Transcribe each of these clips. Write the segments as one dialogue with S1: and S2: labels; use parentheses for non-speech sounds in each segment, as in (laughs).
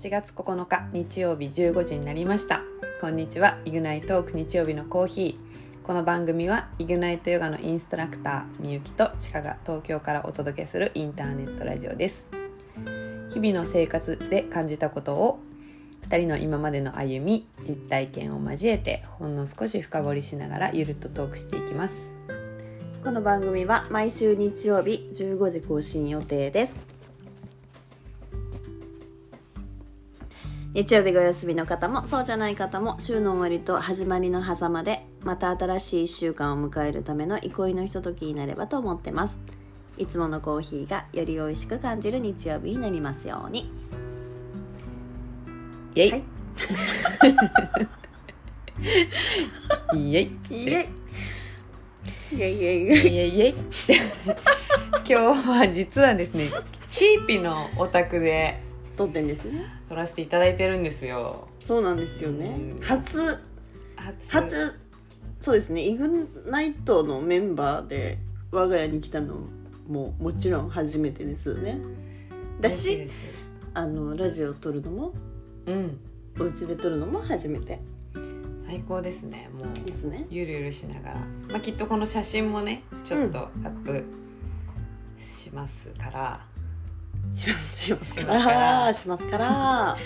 S1: 7月9日日曜日15時になりましたこんにちはイグナイトーク日曜日のコーヒーこの番組はイグナイトヨガのインストラクターみゆきとちかが東京からお届けするインターネットラジオです日々の生活で感じたことを2人の今までの歩み実体験を交えてほんの少し深掘りしながらゆるっとトークしていきます
S2: この番組は毎週日曜日15時更新予定です日曜日がお休みの方もそうじゃない方も週の終わりと始まりの狭間でまた新しい1週間を迎えるための憩いのひとときになればと思ってますいつものコーヒーがより美味しく感じる日曜日になりますように
S1: イエイ、
S2: はい
S1: (laughs) イエイ
S2: イエイイエイイエイイエイ
S1: いえいえ今日は実はですねチーピのお宅で
S2: 撮ってんですね
S1: 撮らせていただいてるんですよ
S2: そうなんですよね
S1: うん
S2: 初
S1: 初
S2: 初そうですねイグナイトのメンバーで我が家に来たのももちろん初めてですよねだ
S1: 嬉い
S2: し
S1: です
S2: あのラジオを撮るのも
S1: うん
S2: お家で撮るのも初めて
S1: 最高ですねもう
S2: ですね
S1: ゆるゆるしながら、まあ、きっとこの写真もねちょっとアップしますから、
S2: しますします
S1: か
S2: かららしますから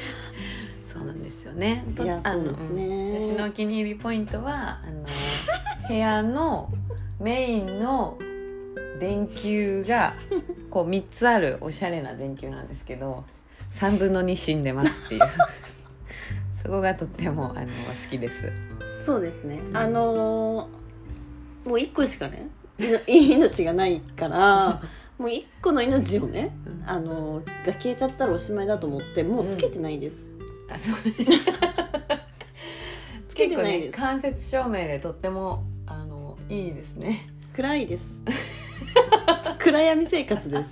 S1: そうなんですよね
S2: いや
S1: あの
S2: そうですね
S1: うん私のお気に入りポイントはあの部屋のメインの電球
S2: (laughs)
S1: がこう3つあるおしゃれな電球なんですけど3分の2死んでます
S2: (laughs)
S1: っていうそこがとってもあの好きです
S2: (laughs) そうですね
S1: うん
S2: あのーもう一個しかねい (laughs) 命がないからもう一個の命をね
S1: うん
S2: あのーが消えちゃったらおしまいだと思ってもうつけてないです、
S1: あそう
S2: つけ
S1: 結
S2: て
S1: 構
S2: ない
S1: ね
S2: です
S1: 間接照明でとってもあのいいですね
S2: 暗いです暗闇生活です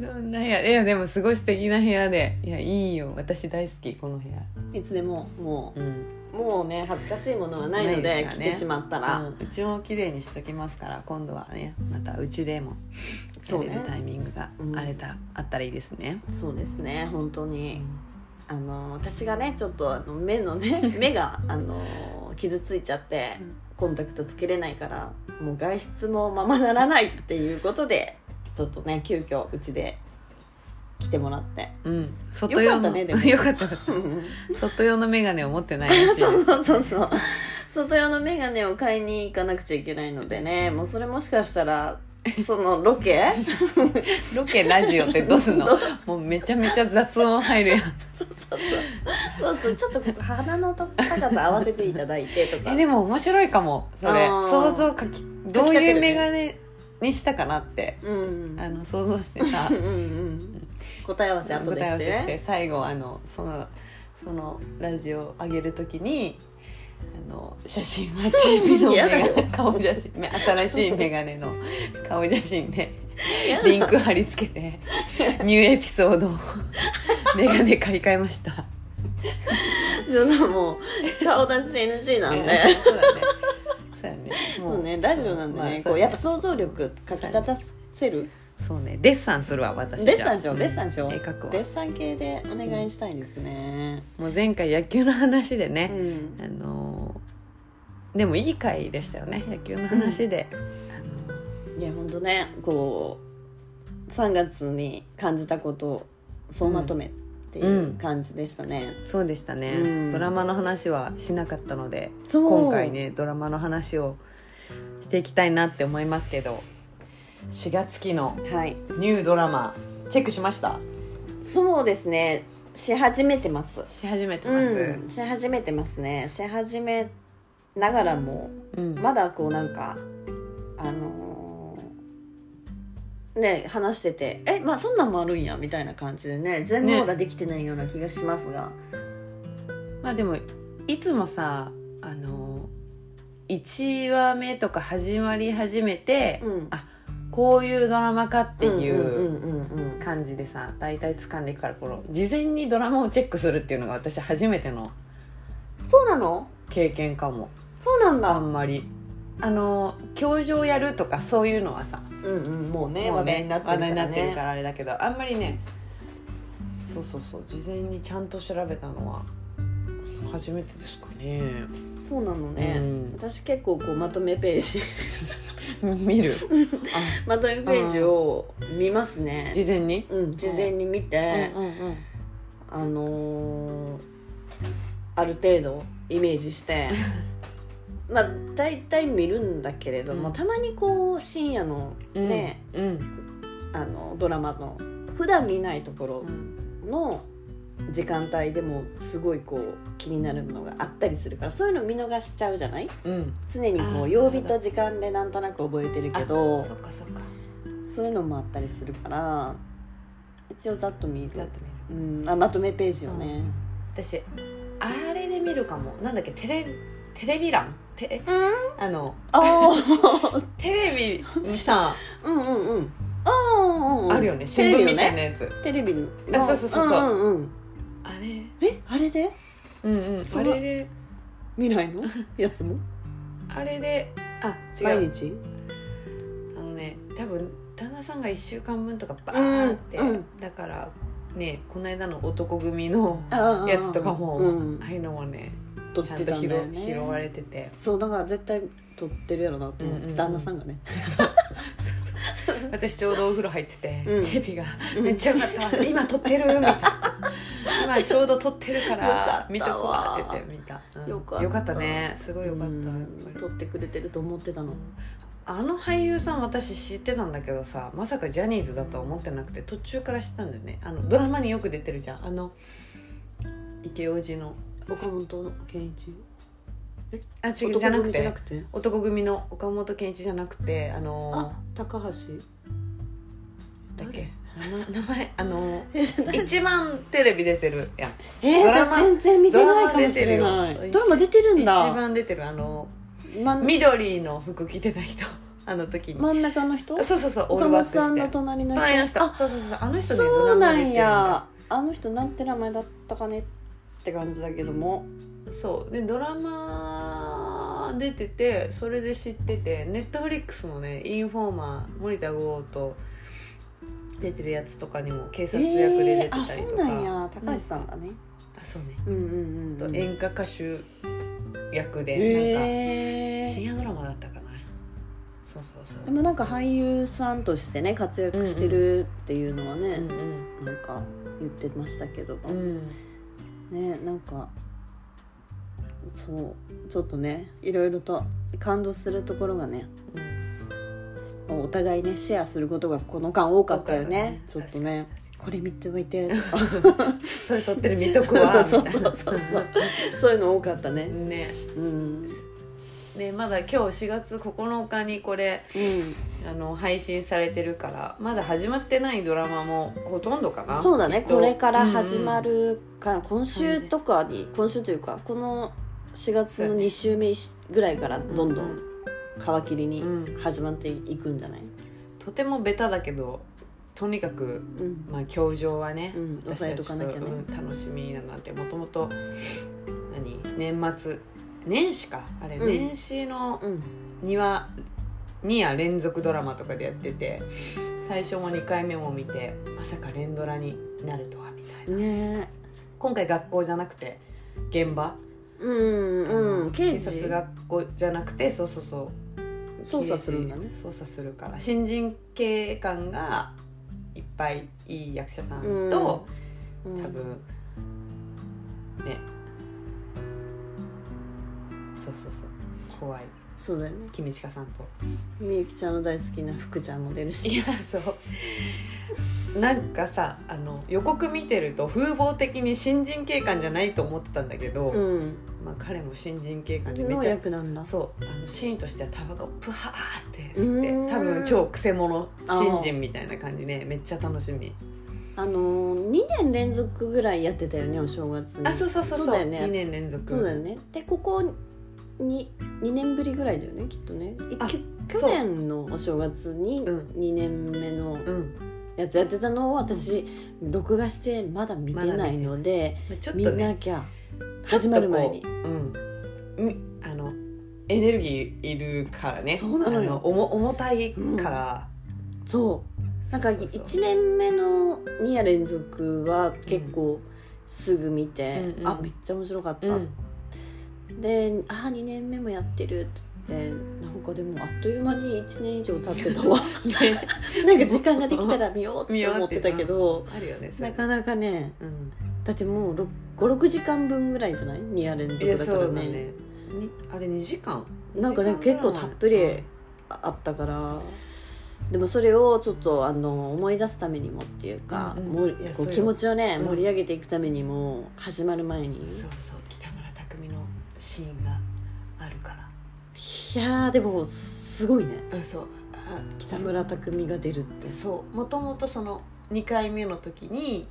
S1: どんな部屋いやでもすごい素敵な部屋でいやいいよ私大好きこの部屋
S2: いつでもも
S1: うん
S2: うもうね恥ずかしいものはないの
S1: ないです
S2: で来
S1: からね
S2: てしまったら、
S1: うんうちも綺麗にしときますから今度はねまたうちでも
S2: そう
S1: 取
S2: ね
S1: れるタイミングが
S2: うん
S1: あれた、あったらいいですね。
S2: そうですね本当にあの私がねちょっとあの目のね (laughs) 目があの傷ついちゃって、
S1: うん
S2: コンタクトつけれないからもう外出もままならないっていうことでちょっとね急遽うちで来てもら (laughs) って。
S1: うん、外用
S2: よかった
S1: の
S2: ねでも
S1: (laughs) よかったよかった外用の眼鏡を持って (laughs) ないらしいです
S2: そうそうそうそう外用の眼鏡を買いに行かなくちゃいけないのでねもうそれもしかしたらそのロ
S1: (laughs)
S2: ケ
S1: ロケラジオってどうすんの
S2: ど
S1: もうめちゃめちゃ雑音入
S2: (laughs)
S1: るやん
S2: そうそうそうそうそうちょっとここ鼻のと高さ合わせていただいてとか
S1: えでも面白いかもそれ
S2: あー
S1: 想像かきどういう眼鏡にしたかなって
S2: うんうん
S1: あの想像してさ
S2: (laughs) うんうん答え合わせ後で
S1: 答
S2: して
S1: え合わせして最後あのそのそのラジオ上げるときにあの写真は TV のメ
S2: 嫌だ
S1: ガ
S2: よ
S1: 顔写真め新しいメガネの顔写真で
S2: やだ
S1: リンク貼り付け
S2: (laughs)
S1: てニューエピソードをメガネ買い替えました
S2: ちょっともう顔出し NG なんで、
S1: ねそうだねそうだねも
S2: そうねラジオなんでね,、
S1: まあ
S2: こうやっぱ想像力かき立たせる
S1: そうねデッサンするわ私
S2: デッサンしよう
S1: じゃ
S2: デ
S1: あ
S2: ッサンしよう
S1: ん絵描くわ
S2: デッサン系でお願いしたいですね、
S1: もう前回野球の話でね、
S2: うん
S1: あのーでもいい回でしたよね野球の話で、あの
S2: いや本当ねこう3月に感じたことを総まとめっていう感じでしたね、
S1: そうでしたね、
S2: うん
S1: ドラマの話はしなかったので
S2: そう
S1: 今回ねドラマの話をしていきたいなって思いますけど4月期の
S2: はい
S1: ニュードラマチェックしました
S2: そうですねし始めてます
S1: し始めてます、
S2: うんし始めてますねし始めながらも
S1: うん
S2: まだこうなんかあのーね話しててえまあそんなんもあるんやみたいな感じでね全
S1: ね
S2: 網羅できてないような気がしますが、
S1: まあでもいつもさあの1話目とか始まり始めて、
S2: うん
S1: あこういうドラマかっていう,、
S2: んうんうんうん
S1: 感じでさ大体掴んでいくからこの事前にドラマをチェックするっていうのが私初めての
S2: そうなの
S1: 経験かも
S2: そうなん
S1: あ
S2: だ
S1: んまりあの教場やるとかそういうのはさ
S2: うんうんもうね
S1: もう
S2: 話題になってるから
S1: 話
S2: ね
S1: 題になってるからあれだけどあんまりねそうそうそう事前にちゃんと調べたのは初めてですかね
S2: そうなのね、
S1: うん
S2: 私結構こうまとめページ
S1: 見る
S2: まとめページを見ますね
S1: あ事前に、
S2: うん、事前に見て、
S1: うんうんうん
S2: あのーある程度イメージして (laughs) まあ大体見るんだけれども、
S1: うん
S2: たまにこう深夜の
S1: うん
S2: ね、
S1: うん
S2: あのドラマの普段見ないところ
S1: うん
S2: の時間帯でもすごいこう気になるのがあったりするからそういうの見逃しちゃうじゃない
S1: うん
S2: 常に
S1: あ
S2: こ
S1: ー
S2: う曜日と時間でなんとなく覚えてるけど
S1: そっかそっか
S2: そういうのもあったりするから一応ざっと見る
S1: だって見る
S2: うん、あまとめページよね。
S1: 私あれで見るかもなんだっけテレテレビ欄て
S2: うん
S1: あの
S2: あー (laughs)
S1: テレビにさ
S2: うんうんうんあーうんうん
S1: あるよね
S2: テ
S1: 新
S2: レビ
S1: 聞
S2: の
S1: みたい
S2: ね
S1: なやつ
S2: テレビの
S1: あそうそうそうそうん
S2: うんうん
S1: あれ
S2: えあれで
S1: うんうん
S2: そ
S1: あ
S2: の
S1: れで
S2: 未来
S1: (laughs)
S2: のやつも
S1: あれであ違
S2: 毎
S1: う
S2: 日
S1: あのね多分旦那さんが1週間分とかバーって、
S2: うんうん
S1: だからねこの間の男組の
S2: あー
S1: やつとかも、
S2: うん
S1: ああいうのはね
S2: 撮っ
S1: ちゃ
S2: て
S1: んと
S2: たん
S1: 拾,、
S2: だよね
S1: 拾われてて
S2: そうだから絶対撮ってるやろなと思って、
S1: うんうんうん
S2: 旦那さんがね
S1: 私ちょうどお風呂入ってて、
S2: うん
S1: チェビが「めっちゃよかった今撮ってる」みたい (laughs) な「今ちょうど撮ってるか
S2: よかったわ
S1: ら見とこう」って言って見た、うん
S2: よかった
S1: ねすごいよかった、
S2: うん
S1: やっぱり
S2: 撮ってくれてると思ってたの
S1: あの俳優さん私知ってたんだけどさまさかジャニーズだとは思ってなくて途中から知ったんだよねあのドラマによく出てるじゃんあの池王子の
S2: 岡本健一
S1: あ違うじゃなく
S2: 男組じゃ
S1: て
S2: なくて
S1: 男組の岡本健一じゃなくてあの
S2: あ高橋
S1: だっけ名前名前あの
S2: え
S1: 一番テレビ出てるやん
S2: えー、
S1: ドラマ
S2: 全然見てないかもしれ
S1: ドラマ出
S2: な
S1: てる
S2: い
S1: よ
S2: ドラマ出てるん
S1: 一
S2: だ
S1: 番出てるあの
S2: 真ん
S1: 緑の服着てた人あの時に、
S2: 真ん中の人
S1: あそうそうそうオー
S2: 岡
S1: ルバッ
S2: 本
S1: クして
S2: さんの隣の人
S1: 隣の人
S2: あ
S1: そうそうそうあの人ねド
S2: そ
S1: ラ
S2: うな
S1: マ出てるん
S2: ん
S1: だよ
S2: やあの人なんて名前だったかねって感じだけども
S1: そうでドラマ出ててそれで知っててネットフリックスのねインフォーマー森田剛と出てるやつとかにも警察役で出て
S2: えーあ
S1: たり
S2: そう
S1: とか、
S2: なんや高橋さんだね、
S1: あそうね
S2: うん、うんうん
S1: と
S2: うん
S1: 演歌歌手役でなんか
S2: えー
S1: 深夜ドラマだったかなそうそうそう
S2: でもなんか俳優さんとしてね活躍してるっていうのはね、
S1: うん
S2: なんか言ってましたけども、
S1: うんうん
S2: ねなんかそうちょっとねいろいろと感動するところがねお互いねシェアすることがこの間多かったよねちょっとねこれ見ておいてとか
S1: それ撮ってる見とくわ
S2: (laughs) そう
S1: みたい
S2: そ
S1: うな
S2: そうそうそういうの多かったね
S1: ね
S2: うん、
S1: ねまだ今日4月9日にこれあの配信されてるからまだ始まってないドラマもほとんどか
S2: う、
S1: なん
S2: そうだね
S1: きっと
S2: これから始まるから、今週とかに今週というかこの4月の2週目ぐらいから
S1: う
S2: どんどん皮切り
S1: う
S2: に
S1: ん
S2: 始まっていくんじゃない、
S1: とてもベタだけどとにかく
S2: うん
S1: まあ教場はね、
S2: うん抑えとかなきゃね
S1: 私はちょっとうん楽しみだなってもともと何年末年始かあれ、
S2: うん
S1: 年始の
S2: うん
S1: 庭2夜連続ドラマとかでやってて最初も2回目も見てまさか連ドラになるとはみたいな
S2: ね
S1: 今回学校じゃなくて現場
S2: えうんうん刑
S1: 警
S2: 事
S1: 察学校じゃなくてそうそうそう
S2: 捜査するんだね
S1: 刑事捜査するから新人警官がいっぱいいい役者さんと、
S2: うん
S1: 多分ねそうそうそう怖い
S2: そうだよね
S1: 君近さんと
S2: みゆきちゃんの大好きな福ちゃんも出るし
S1: いやそうなんかさあの予告見てると風貌的に新人警官じゃないと思ってたんだけど、
S2: うん
S1: まあ、彼も新人警官でめ
S2: の
S1: ちゃ
S2: 役なんだ
S1: そうあのシーンとしてはタバコをプハーって吸
S2: うーん
S1: って多分超くせ者新人みたいな感じでめっちゃ楽しみ
S2: あのー二年連続ぐらいやってたよねお正月に
S1: あそうそうそうそう
S2: だよね
S1: 2年連続
S2: そうだよねでここに二年ぶりぐらいだよねきっとねい
S1: あ
S2: きょ去
S1: そう
S2: 年のお正月に
S1: うん
S2: 二年目の
S1: うん
S2: やつやってたのを私録画してまだ見てないので
S1: まあちょっ
S2: 見
S1: とね
S2: なきゃ始まる前に
S1: ちょっとこううんみあのエネルギーいるからね
S2: そうなのよ
S1: あおも重たいから、
S2: そなんか
S1: そうそうそう
S2: 1年目の2夜連続は結構すぐ見て、
S1: うんうん
S2: あめっちゃ面白かった、 (laughs)
S1: うん
S2: であ2年目もやってるって言ってなんかでもあっという間に1年以上経ってた
S1: (laughs)
S2: わ
S1: ね
S2: なんか時間ができたら見ようって思ってたけど
S1: あるよねそれ
S2: なかなかね
S1: うん
S2: だってもう56時間分ぐらいじゃない2夜連
S1: い
S2: 続
S1: や
S2: だか
S1: そ
S2: ら
S1: うだ
S2: ね
S1: ねにあれ2時間
S2: なんかね
S1: 時間
S2: 結
S1: ぐら
S2: 構
S1: い
S2: たっぷりあったからでもそれをちょっとあの思い出すためにもっていうか、
S1: うんうん
S2: もう
S1: いや
S2: こ
S1: そううよ
S2: 気持ちをね、
S1: うん
S2: 盛り上げていくためにも始まる前に
S1: そうそう北村匠海のシーンがあるから
S2: いやーでもすごいね
S1: うんそうあ
S2: 北村匠海が出るって
S1: そうもともとその2回目の時に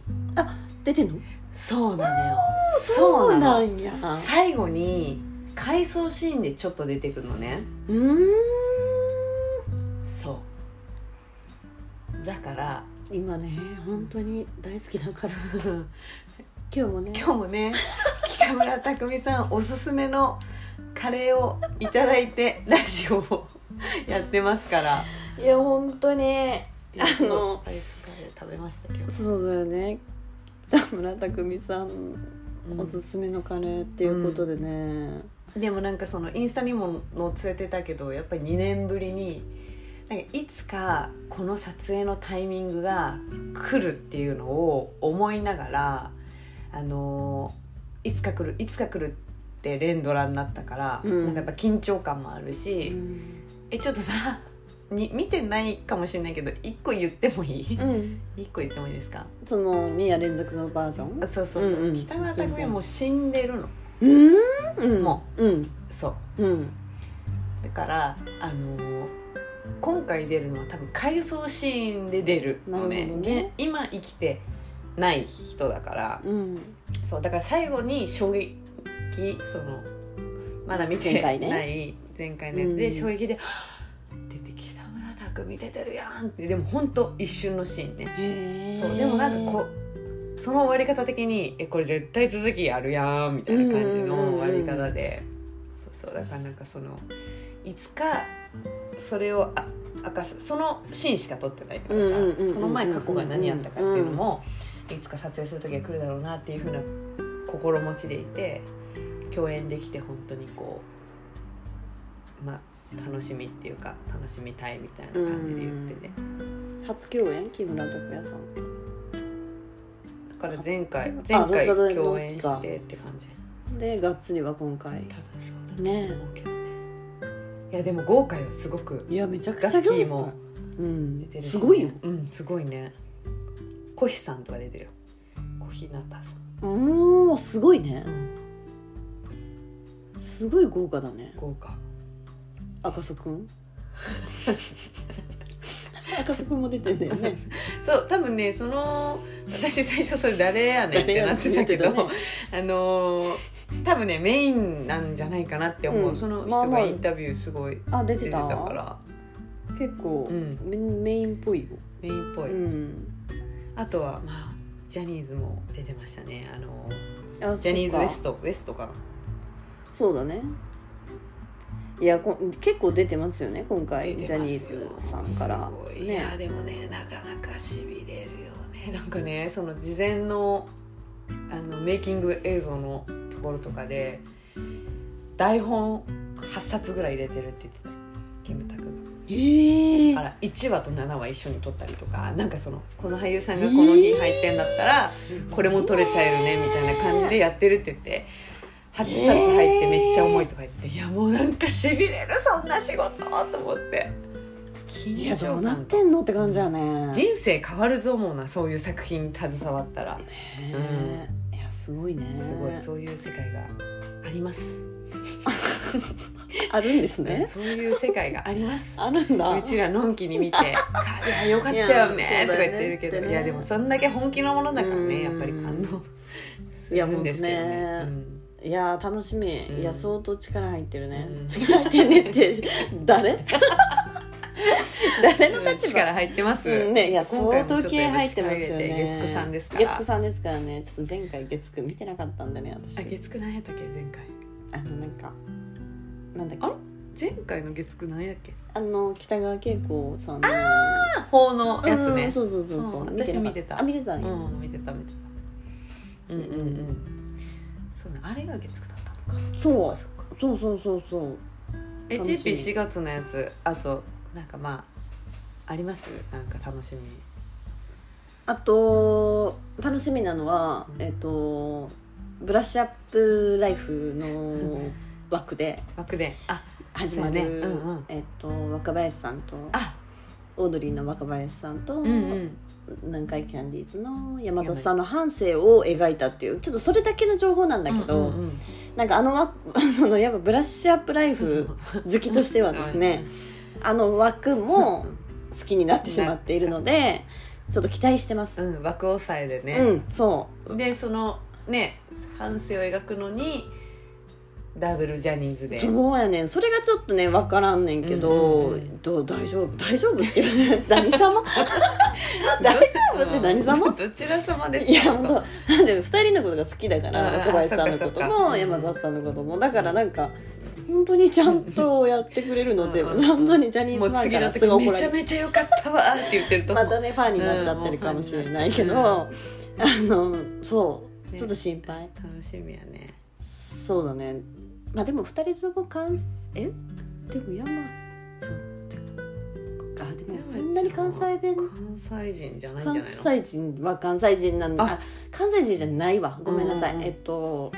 S2: 出てんの
S1: そうなのよ
S2: そうな
S1: の
S2: んや
S1: 最後に回想シーンでちょっと出てくるのね
S2: うーん
S1: そうだ
S2: (laughs)
S1: から
S2: 今ね本当に大好きだから今日もね
S1: 今日もね北村匠海さんおすすめのカレーをいただいてラジオをやってますから
S2: いや本当に
S1: いやそ
S2: あの
S1: うスパイスカレー食べました今日
S2: そうだよね北村匠海さん
S1: うん
S2: おすすめのカレーっていうことでね、
S1: でもなんかそのインスタにも載せてたけどやっぱり2年ぶりになんかいつかこの撮影のタイミングが来るっていうのを思いながら、あのーいつか来るいつか来るって連ドラになったから、
S2: うん
S1: なんかやっぱ緊張感もあるし、えちょっとさに見てないかもしれないけど1個言ってもいい、
S2: うん
S1: 一 ?1 個言ってもいいですか
S2: その2夜連続のバージョン
S1: あそうそうそう、
S2: うんうん
S1: 北村匠海はもう死んでるの
S2: うんうん
S1: も
S2: ううん
S1: そう
S2: うん
S1: だからあのー今回出るのは多分回想シーンで出るのね
S2: なるほどね
S1: 現今生きてない人だから
S2: うん
S1: そうだから最後に衝撃そのまだ見てな
S2: 前回
S1: い
S2: ね
S1: 前回,、のやつ
S2: うん
S1: で衝撃で「はぁ出てきた村匠出てるやん」ってでも本当一瞬のシーンね
S2: へえ
S1: そうでもなんかこうその終わり方的に「えこれ絶対続きやるやん」みたいな感じの終わり方で、そうそうだからなんかそのいつかそれをあ明かすそのシーンしか撮ってないからさ、
S2: うんうんうんうん
S1: その前過去が何やったかっていうのも、いつか撮影する時が来るだろうなっていうふうな心持ちでいて共演できて本当にこうまあ楽しみっていうか楽しみたいみたいな感じで言ってて、
S2: 初共演木村拓哉さん
S1: だから前回
S2: あ
S1: 前回
S2: そうそう
S1: 共演してって感じ
S2: でがっつりは今回
S1: 多分そうだ
S2: ね
S1: いやでも豪華よすごく
S2: いやめちゃくちゃ
S1: ガッキーも
S2: うん
S1: 出てるしね
S2: すごいよ
S1: うんすごいねコヒさんとか出てるよコヒナタさん
S2: おーすごいねすごい豪華だね
S1: 豪華
S2: 赤楚くん赤楚くんも出てんだ
S1: (laughs)
S2: よね
S1: そう多分ねその私最初それ誰やねんってなってたけど
S2: 誰やねんって言って
S1: あのー多分ねメインなんじゃないかなって思う、
S2: うん
S1: その
S2: まあ
S1: 人
S2: ま
S1: が
S2: あ
S1: インタビューすごい
S2: あ出
S1: 出
S2: て
S1: てた
S2: た
S1: から、
S2: 結構、
S1: うん
S2: メメインっぽいよ、
S1: メインっぽ
S2: う
S1: い、
S2: ん、
S1: あとはまあジャニーズも出てましたねあのー
S2: あ
S1: ジャニーズウエス
S2: ト
S1: トウエストかな
S2: そうだねいやこ結構出てますよね今回
S1: 出
S2: ジャ
S1: てま
S2: ニ
S1: すよ
S2: ーズさんから
S1: すごいいや
S2: ね
S1: でもねなかなかしびれるよねなんかねその事前のあのメイキング映像のところとかで台本8冊ぐらい入れてるって言ってたキムタクが
S2: ええ
S1: だから1話と7話一緒に撮ったりとかなんかそのこの俳優さんがこの日入ってんだったら、これも撮れちゃえるねみたいな感じでやってるって言って8冊入ってめっちゃ重いとか言って、いやもうなんかしびれるそんな仕事と思って
S2: いやどうなっ
S1: 緊張
S2: てんのって感じやね
S1: 感人生変わると思うなそういう作品に携わったら
S2: ねえいやすごいね
S1: すごいそういう世界があります、
S2: あるんですね
S1: そういう世界があります
S2: あるんだ
S1: うちらのんきに見て「いやよかったよね」
S2: いや
S1: とか言ってるけ
S2: そう
S1: ど、
S2: だよねってね
S1: いやでもそんだけ本気のものだから
S2: うん
S1: ねやっぱり感動するんですけどね
S2: いやほんとね
S1: うん
S2: いやー楽しみ、
S1: うん
S2: いや相当力入ってるね、
S1: うん
S2: 力入ってんねって (laughs) 誰誰の立場
S1: 力入ってます、
S2: うんねいや
S1: 今回
S2: 相
S1: もちょ
S2: 当
S1: っと
S2: 気合入ってます
S1: 力
S2: よ
S1: 入れて
S2: ね
S1: 月9さんですから
S2: 月9さんですからねちょっと前回月9見てなかったんだね私
S1: あ月9何やったっけ前回
S2: あのなんかなんだっけ
S1: あ前回の月9なんやっけ
S2: あの北川景子さんの
S1: 法のやつ
S2: う
S1: ね
S2: ん、そうそうそうそう、
S1: うん
S2: なかっ
S1: 私見てた
S2: あ見てた
S1: うん
S2: や、
S1: ん、見てた見てたうんうんうんそうねあれが月9だったのか
S2: そう
S1: っかっか
S2: そうそうそうそう
S1: え
S2: 楽しみ
S1: GP4 月のやつあとなんかまあありますなんか楽しみ
S2: あと楽しみなのは
S1: うん
S2: えっ、とブラッシュアップライフの枠で
S1: 枠であ
S2: 始まる、
S1: そうやねうんうん
S2: えっ、と若林さんと
S1: あ
S2: オードリーの若林さんと、
S1: うんうん
S2: 南海キャンディーズの山里さんの半生を描いたっていうちょっとそれだけの情報なんだけど、
S1: うんうんうん
S2: なんかあの (laughs) わあのやっぱブラッシュアップラ
S1: (laughs)
S2: イフ好きとしてはですねあの枠も好きになってしまっている
S1: (laughs)
S2: のでちょっと期待してます、
S1: うん枠押さえで
S2: う
S1: ね、
S2: んそ
S1: でそのね反省を描くのにダブルジャニーズ
S2: う
S1: で
S2: そうやねんそれがちょっとね分からんねんけ
S1: うん
S2: ど、
S1: うんうん
S2: どう大丈夫大丈夫っていう何様大丈夫って何様
S1: どちら様ですか
S2: いや本当なんで2人のことが好きだから
S1: うんうん
S2: 若林さんのこ
S1: そ
S2: と
S1: っかそっ
S2: も
S1: か
S2: 山里さんのこともだからなんか本当にちゃんとやってくれるので
S1: うんうん
S2: 本当にジャニー
S1: も
S2: ズ
S1: う
S2: ファン
S1: 次
S2: か
S1: の
S2: ら
S1: 時
S2: すご
S1: め
S2: い怒ら
S1: ち
S2: れ
S1: ゃ
S2: る
S1: めちゃ良かったわーって言ってると思う
S2: またねファンになっちゃってるかもしれないけ
S1: うんも
S2: ど、あのそう
S1: ね
S2: ちょっと心配
S1: 楽しみやね
S2: そうだねまあでも2人とも関えでも山ちょっとあでもそんなに関西弁
S1: 関西人じゃないんじ
S2: 関
S1: ゃないの
S2: 西人は関西人なんだ
S1: あ
S2: あ関西人じゃないわごめんなさい、
S1: うんうんうん
S2: えっと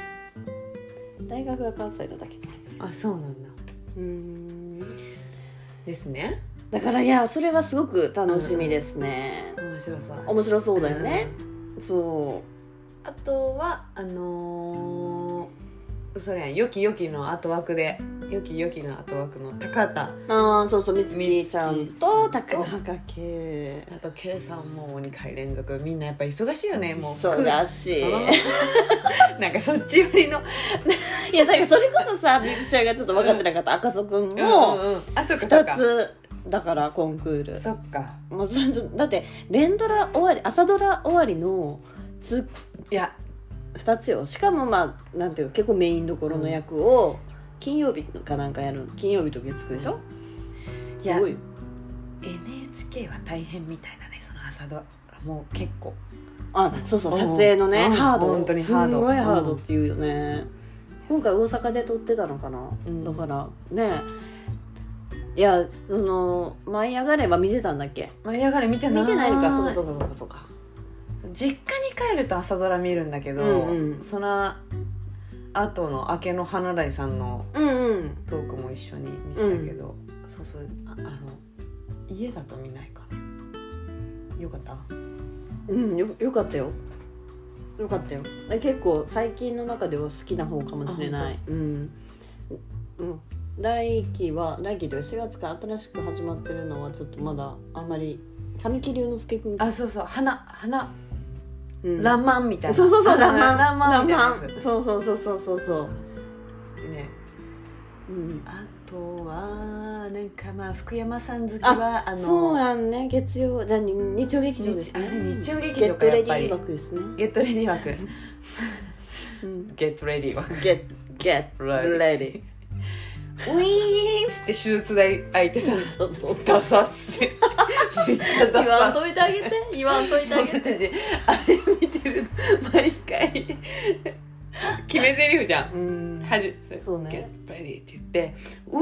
S2: 大学が関西のだけか
S1: あそうなんだ
S2: うん
S1: ですね
S2: だからいやそれはすごく楽しみですね、
S1: 面白そう
S2: 面白そうだよね、そう
S1: あとはあのー、それやんよきよきの後枠でよきよきの後枠の高田
S2: ああそうそうみつ
S1: みつ
S2: き
S1: き
S2: ちゃんと高中圭
S1: あと K さんも2回連続みんなやっぱ忙しいよねもう
S2: そうだし
S1: そ
S2: い
S1: の (laughs) なんかそっち寄りの
S2: いやだからそれこそさみきちゃんがちょっと分かってなかった赤楚くんも
S1: うんうん、あそっかそっ
S2: 2
S1: か
S2: つだからコンクール
S1: そっか
S2: もうそれだって連ドラ終わり朝ドラ終わりのつ
S1: いや
S2: 2つよしかもまあなんていう結構メインどころの役を金曜日かなんかやる金曜日と月9でしょ
S1: いや
S2: すごい
S1: NHK は大変みたいなねその朝ドラもう結構
S2: あそうそう
S1: うん
S2: 撮影のね
S1: うん
S2: ハード
S1: 本当にハード
S2: すごいハードっていうよね、今回大阪で撮ってたのかな、
S1: うん
S2: だからねいやその「舞い上がれば」見てたんだっけ
S1: 舞い上がれ見てない
S2: 見てないのかそうかそうかそうかそうか
S1: 実家に帰ると朝ドラ見るんだけど、
S2: うんうん
S1: その後の明けの花大さんの
S2: うんうん
S1: トークも一緒に見てたけど、そうそうああの家だと見ないかなよかった
S2: うんよよかったよよかったよで結構最近の中では好きな方かもしれないうん、うん、来期は来期というか4月から新しく始まってるのはちょっとまだあんまり神木隆之介君
S1: あそうそう花花
S2: うん
S1: ラマンみたいな
S2: そうそうそう、ラマン、
S1: ラマンみたいなや
S2: そうそうそうそうそうそう。
S1: つね
S2: うん、
S1: あとはなんかまあ福山さん好きはあの
S2: そうなんね、月曜、じゃあ、に日曜劇場です、
S1: 日あ
S2: ね。
S1: れ日曜劇
S2: ゲ
S1: 場
S2: ッ
S1: か
S2: ト
S1: や
S2: レ
S1: っ
S2: デ
S1: ぱ
S2: ィ
S1: り
S2: ー枠ですね。
S1: ゲットレディ枠
S2: うん
S1: ゲットレディ枠
S2: ゲッ、ゲットレディ
S1: ウィーンっつって手術台開いてさ
S2: (laughs) ー。そうそう。
S1: ダサっつってめっちゃ
S2: (laughs) 言
S1: ダ
S2: わ
S1: サ
S2: んといて
S1: (laughs)
S2: あげて、言わんといてあげ
S1: 私
S2: て。
S1: あれ見てると毎回決め台詞じゃん
S2: うん
S1: はじ
S2: そうね
S1: ゲットレディって言ってウィ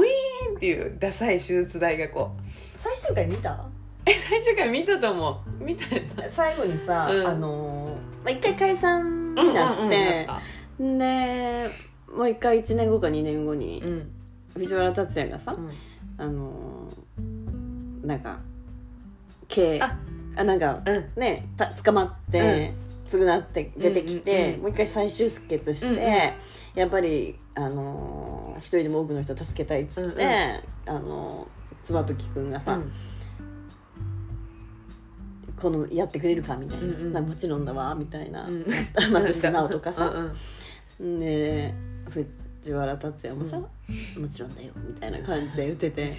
S1: ーンっていうダサい手術台がこう
S2: 最終回見た。
S1: え最初から見たと思う見たよな
S2: 最後にさ、
S1: うん
S2: あのー、まあ、一回解散になって。
S1: うんなっ
S2: で、もう一回一年後か二年後に
S1: た、うん
S2: 藤原竜也がさ。
S1: うん
S2: あのーなんか刑
S1: あ
S2: あなんか
S1: うん
S2: ねた捕まって、償って出てき
S1: うんうん
S2: て、
S1: うん
S2: もう一回再集結して、
S1: うんうん
S2: やっぱり、あのー一人でも多くの人を助けたいっつって、
S1: うん
S2: あのー妻夫木君が
S1: う
S2: さ、
S1: ん
S2: このやってくれるかみたいな、
S1: うんうん
S2: なもちろんだわみたいな、
S1: うん
S2: 松下奈緒とかさ
S1: うんうん
S2: ね藤原竜也もさ、もちろんだよみたいな感じで言っ
S1: (laughs)
S2: てて。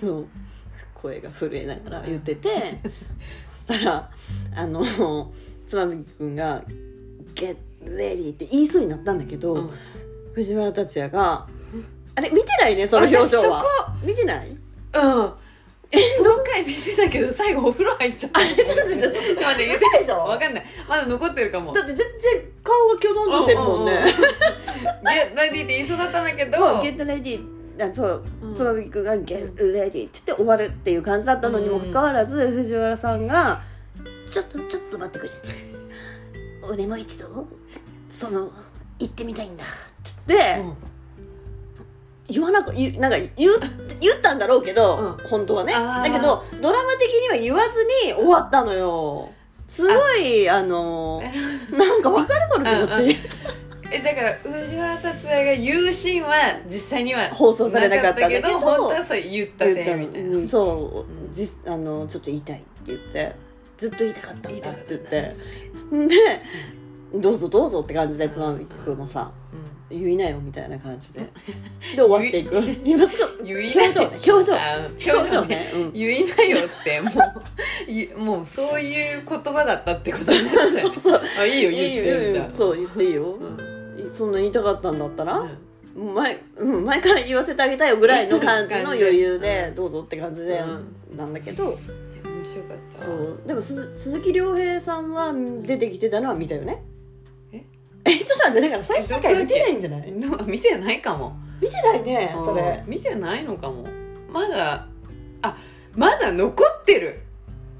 S2: そう声が震えながら言っててそしたらあの妻夫木君が「Get ready」って言いそうになったんだけど、
S1: うん
S2: 藤原竜也が「あれ見てないねその表情は
S1: 私
S2: 見てない
S1: そこうんえその回見せたけど最後お風呂入っちゃった
S2: あれだってちょっと
S1: ちょっと待って
S2: 嘘でしょ
S1: わかんないまだ残ってるかも
S2: だって全然顔がキョドンとしてるもんね
S1: うんうんゲレディって言いそうだったんだけど
S2: ゲットレディーあそう
S1: うん
S2: つまみくんが「ゲットレディ」って言って終わるっていう感じだったのにもかかわらず藤原さんが「ちょっとちょっと待ってくれ」俺も一度その行ってみたいんだ」っつって、
S1: うん
S2: 言わなく言うなんか言う言ったんだろうけど、
S1: う
S2: 本当はね
S1: あー
S2: だけどドラマ的には言わずに終わったのよすごいあのなんか分かるこの気持ち、
S1: うんうえだから藤原竜也が言うシーンは実際には
S2: 放送されなかったんだけど
S1: なか本当はそう言った
S2: 言
S1: ね
S2: ったの
S1: みたい
S2: うん
S1: な
S2: そう、
S1: うん
S2: じあのちょっと言いたいって言ってずっと言いたかったんだって言って
S1: 言いたか
S2: でどうぞどうぞって感じでつまみくんもさ言いなよみたいな感じでで終わっていく今表
S1: うん言いなよ
S2: 情ね表情
S1: あ
S2: 表
S1: 表
S2: 情
S1: 情
S2: ね
S1: ね、
S2: うん、
S1: 言いなよってもういもうそういう言葉だったってことになっちゃう
S2: そうそう
S1: あいいよ
S2: い
S1: 言
S2: いよ
S1: って
S2: い
S1: みた
S2: い
S1: い
S2: よ
S1: な
S2: そう言っていいよ
S1: うん
S2: そんな言いたかったんだった
S1: う
S2: ら
S1: ん
S2: 前,、うん、前から言わせてあげたいよぐらいの感じの余裕で
S1: うん
S2: どうぞって感じでなんだけど、
S1: 面白かったわ
S2: そうでもす鈴木亮平さんは出てきてたのは見たよね
S1: え
S2: (laughs) えちょっと待ってだから最終回見てないんじゃない
S1: でも見てないかも
S2: 見てないねそれ
S1: うん見てないのかもまだあまだ残ってる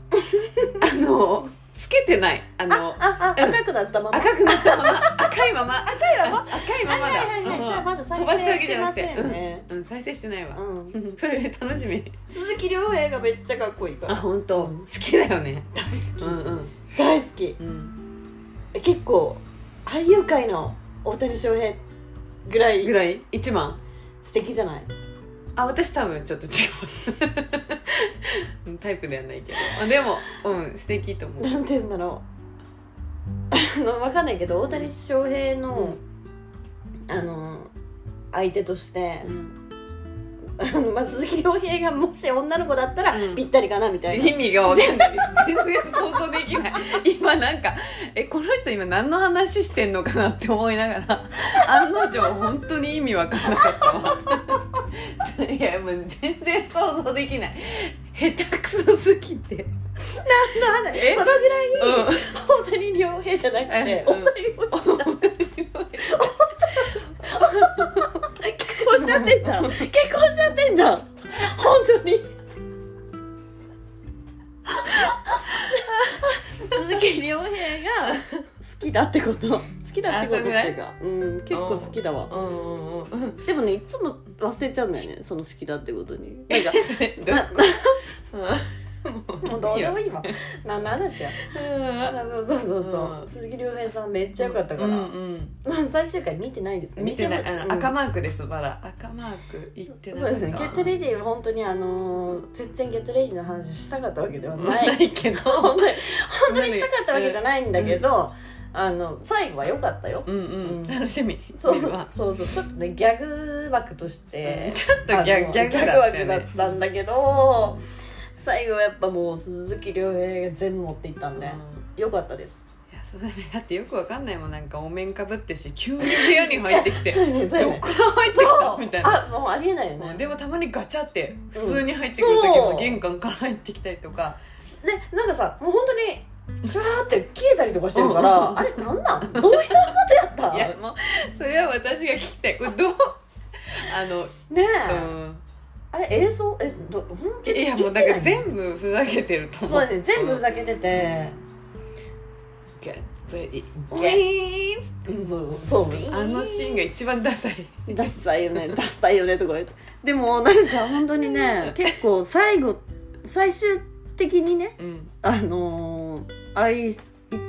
S1: (laughs) あのつけてないあの
S2: ああ
S1: うん
S2: 赤くなったまま
S1: 赤くなったまま赤いまま
S2: 赤いわま
S1: 赤いまま
S2: はいはいはいじゃあま
S1: だ
S2: だ
S1: 飛ばした
S2: 再
S1: わけ
S2: 生し
S1: じ
S2: て
S1: ゃな
S2: ま
S1: くて
S2: せんね
S1: うん、うん、再生してないわ
S2: う、ん
S1: うん (laughs) それ楽しみ
S2: 鈴木亮平がめっちゃかっこいいから
S1: 本当
S2: うん
S1: 好きだよね
S2: 大
S1: う
S2: 好
S1: ん
S2: き
S1: うん
S2: 大好き
S1: うん
S2: 結構俳優界の大谷翔平ぐら
S1: ぐ
S2: い
S1: らい一番
S2: 素敵じゃない
S1: あ私多分ちょっと違ううんタイプではないけどあでもうん素敵と思う
S2: なんて言うんだろうあのわかんないけど大谷翔平の、あの相手として
S1: う、ん
S2: あのまあ、鈴木亮平がもし女の子だったら
S1: うん
S2: ぴったりかなみたいな、
S1: 意味がわかんないです全然想像できない今なんかえこの人今何の話してんのかなって思いながら案の定本当に意味わかんなかったわいやもう全然想像できない下手くそすぎて
S2: なんだ
S1: え
S2: そのぐらい
S1: うん
S2: 大谷亮平じゃなくて、
S1: うん
S2: 大谷亮平だ結婚しちゃってんじゃん結婚しちゃってんじゃん本当に鈴木亮平が好きだってこと好きだってことっていうかうん結構好きだわ
S1: うんうんうん
S2: でもねいつも忘れちゃうんだよねその好きだってことに
S1: え
S2: なん (laughs) か
S1: それど
S2: な
S1: うん
S2: もうどうでもいいわ何の話や
S1: うん
S2: そうそうそうそう、
S1: うん
S2: 鈴木亮平さんめっちゃ良かったから、
S1: うんうん
S2: 最終回見てないですね
S1: 見てないあ
S2: うん
S1: の赤マークですまだ赤マーク行ってな
S2: そう
S1: い
S2: ですね、ゲットレディーは本当にあのー全然ゲットレディーの話したかったわけではな
S1: ない
S2: (laughs)
S1: いけど
S2: 本当に本当にしたかったわけじゃないんだけど、あの最後は良かったよ、
S1: うん
S2: う
S1: うんん楽しみ
S2: そ
S1: 見
S2: う
S1: るわ
S2: そうそうちょっとねギャグ枠として、
S1: ちょっとギ
S2: あ
S1: ャ
S2: の
S1: ギャグだった
S2: ギャ
S1: よ
S2: グ枠
S1: ね
S2: だったんだけど最後はやっぱもう鈴木亮平が全部持っていったんで、
S1: うん
S2: 良かったです
S1: いやそうだねだってよくわかんないもんなんかお面かぶってるし急に部屋に入ってきて
S2: (laughs) そうねそう
S1: ど
S2: ね
S1: っから入ってきたみたいな
S2: あもうありえないよ
S1: うん
S2: ね
S1: でもたまにガチャって普通に入ってくる時
S2: そう
S1: も玄関から入ってきたりとか
S2: でなんかさもう本当にシュワーって消えたりとかしてるから、
S1: うん
S2: あれなんなんどういうことやった
S1: いやもうそれは私が聞き
S2: (laughs)
S1: たいこれどうあの
S2: ねえ、
S1: うん
S2: あれ映像えど本当に
S1: いやもうなんか全部ふざけてると思
S2: そううだね全部ふざけてて、
S1: Get ready
S2: ウィーンっつってうんそうそうウィーン
S1: あのシーンが一番ダサい
S2: ダッサいよねダッサいよねとか言ってでもなんか本当にね結構最後最終的にね
S1: うん
S2: あのー、愛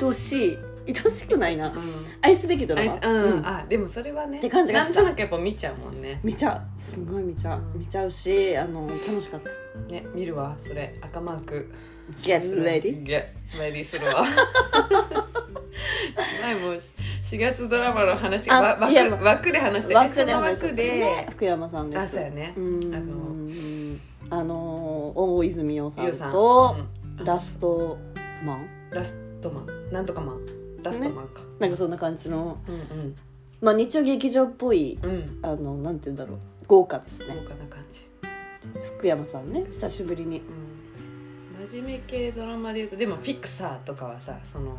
S2: 愛しい愛しくないな
S1: うん
S2: 愛すべきド
S1: あ
S2: ラ
S1: い
S2: マ
S1: つうんあでもそれはね
S2: って感じがした
S1: なんとなくやっぱ見ちゃうもんね
S2: 見ちゃうすごい見ちゃう見ちゃうしあの楽しかった
S1: ね見るわそれ赤マーク
S2: Get ready
S1: ゲッレディするわ前も4月ドラマの話
S2: あ
S1: がわ枠
S2: いやま
S1: 枠で話して
S2: 枠で
S1: えその
S2: 話
S1: 枠で
S2: 福山さんです
S1: あそうやね
S2: うん
S1: あ
S2: あの大泉洋さ
S1: ゆうんさん
S2: と
S1: うん
S2: ラストマン
S1: ラストマンなんとかマンラストマンか、
S2: なんかそんな感じの、
S1: うん
S2: まあ、日曜劇場っぽい
S1: うんうん
S2: あのなんて言うんだろう豪華です
S1: 豪
S2: ね
S1: 華な感じ、
S2: 福山さんね久しぶり
S1: う
S2: に
S1: ん、真面目系ドラマでいうとでも「フィクサー」とかはさその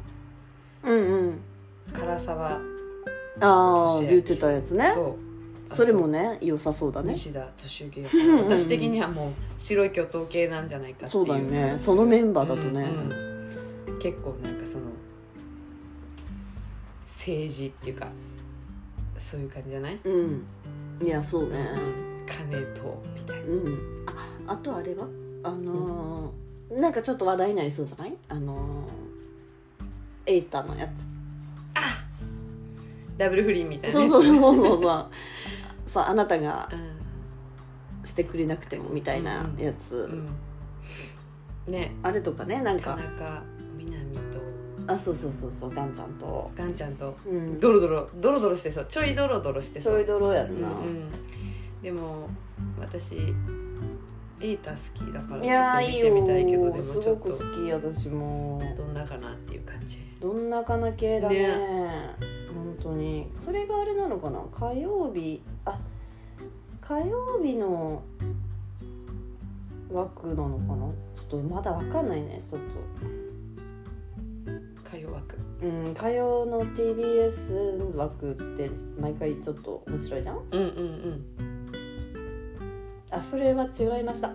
S2: うんうん
S1: 唐沢
S2: ああ
S1: 年明
S2: 言ってたやつね
S1: そうあ
S2: そ
S1: と
S2: れもね良さそうだね
S1: 西田敏行
S2: うんうん
S1: 私的にはもう白い巨頭系なんじゃないかってい
S2: そううだよねそのメンバーだとね
S1: うんうん結構なんかその政治っていうかそういう感じじゃない、
S2: うんいやそうね
S1: うん金とみたいな
S2: うんああとあれはあのーなんかちょっと話題になりそうじゃないあのーエータのやつ
S1: ダブル不倫みたいな
S2: そう
S1: ね
S2: そうそうそ
S1: (laughs)
S2: うそうそうあなたが
S1: うん
S2: してくれなくてもみたいなやつ、
S1: うんね
S2: あれとかねなん
S1: 田
S2: か
S1: 中みなみと
S2: あそうそうそうそうガンちゃんと、
S1: ガンちゃんと
S2: うん、
S1: ドロドロドロドロしてそうちょいドロドロして
S2: ち
S1: そう
S2: ょいドロやん
S1: うん
S2: な、
S1: うん、でも私エータ好きだから
S2: いやー
S1: ち
S2: いい
S1: ょっと見て
S2: よ
S1: みたいけどでも
S2: す
S1: ちょ
S2: ご
S1: っと
S2: く好き私も
S1: どんなかなっていう感じ
S2: どんなかな系だね
S1: ね
S2: 本当にそれがあれなのかな火曜日あ火曜日の枠なのかなちょっとまだわかんないねちょっ
S1: 火曜枠
S2: とうん火曜の TBS 枠って毎回ちょっと面白いじゃん
S1: うんうんうん
S2: あそれは違いました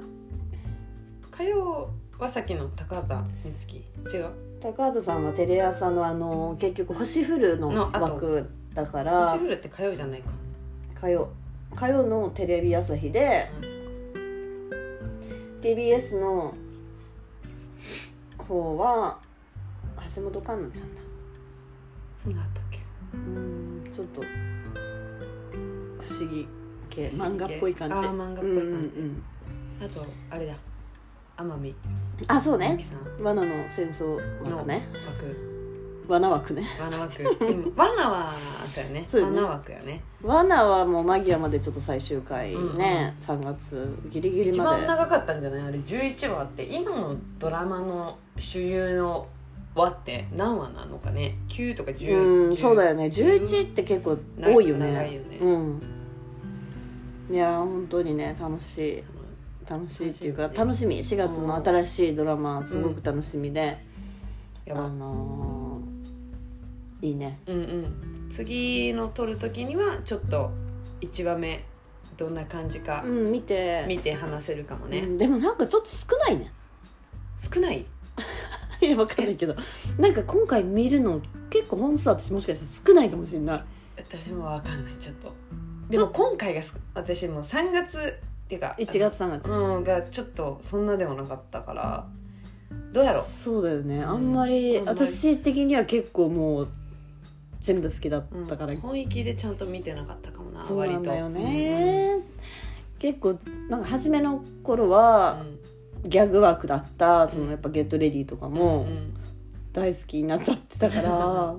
S1: 火曜はさっきの高畑充希違う
S2: 高畑さんはテレ朝のあの結局星降るの
S1: の後
S2: 枠だか
S1: 星
S2: ら
S1: 降るって火曜じゃないか
S2: 火曜火曜のテレビ朝日で
S1: あそっか
S2: TBS の方は橋本環奈ちゃんだ
S1: そんなんあったっけ
S2: うーんちょっと不思議系
S1: 不思
S2: 漫
S1: 議系
S2: 画っぽい感じ
S1: あー漫画っぽい感じ
S2: うんうんうん
S1: あとあれだ天海
S2: あそう
S1: 祐
S2: ね
S1: 希さん
S2: 罠の戦争枠ね
S1: 枠
S2: 罠枠ね
S1: 罠枠でも罠はそうやね
S2: そうよね
S1: 罠枠やね
S2: 罠はもう間際までちょっと最終回
S1: うんうん
S2: ね、三3月ギリギリ
S1: 一
S2: ま
S1: 番
S2: で
S1: 長かったんじゃないあれ11話って今のドラマの主流の話って何話なのかね9とか10、
S2: うん
S1: 10
S2: そうだよね11って結構多いよね
S1: 長いよね
S2: うんいやー本当にね楽しい楽しいっていうか楽
S1: 楽
S2: しみ4月の新しいドラマすごく楽しみで、
S1: や
S2: あ
S1: ば
S2: のーいいね
S1: うんうん次の撮る時にはちょっと1話目どんな感じか
S2: うん見て
S1: 見て話せるかもね、
S2: うんでもなんかちょっと少ないね (laughs)
S1: 少ない
S2: いやわかんないけどなんか今回見るの結構本数私もしかしたら少ないかもしれない
S1: 私もわかんないちょっとでも今回がす私もう3月っていうか
S2: 1月3月、
S1: うんがちょっとそんなでもなかったからどうやろう
S2: そうだよねあんまり、
S1: うんあんまり
S2: 私的には結構もう全部好きだったから、
S1: うん本域でちゃんと見てなかったかもな
S2: そうなんだよ
S1: 割
S2: ね、結構なんか初めの頃
S1: と
S2: は、
S1: うん
S2: ギャグ枠だったそうの
S1: ん
S2: やっぱ「ゲットレディ」とか
S1: う
S2: も
S1: ん
S2: 大好きになっちゃってた
S1: (laughs)
S2: から、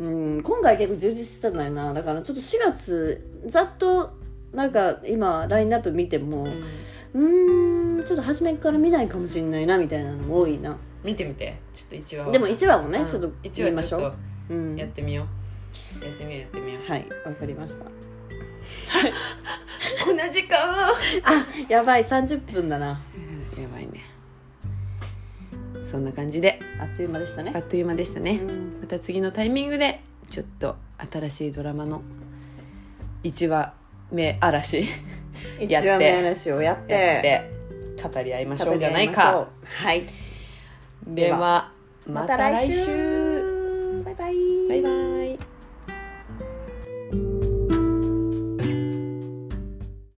S2: うん、今回結構充実してたんだよなだからちょっと4月ざっとなんか今ラインナップ見ても
S1: うん
S2: うーんちょっと初めから見ないかもしれないなみたいなのも多いな
S1: 見てみてちょっと一話は
S2: でも1話もね、
S1: うん
S2: ちょっと
S1: 一
S2: 見
S1: 話
S2: ま
S1: ち
S2: し
S1: ょ
S2: ょ
S1: っ
S2: う、う
S1: と
S2: ん、
S1: やってみようやってみようやってみよう
S2: はいわかりました
S1: こんな時間
S2: あやばい30分だな
S1: やばいねそんな感じで
S2: あっという間でした
S1: あ
S2: ね、
S1: っという間でしたね
S2: うん
S1: また次のタイミングでちょっと新しいドラマの1話目嵐ややって
S2: 1話目話をやっ
S1: ってて語り合いましょうじゃない
S2: 語
S1: か
S2: り合いましょうはい
S1: ではま
S2: また
S1: た
S2: 来
S1: 来
S2: 週
S1: 週
S2: バイバイ
S1: バイバイ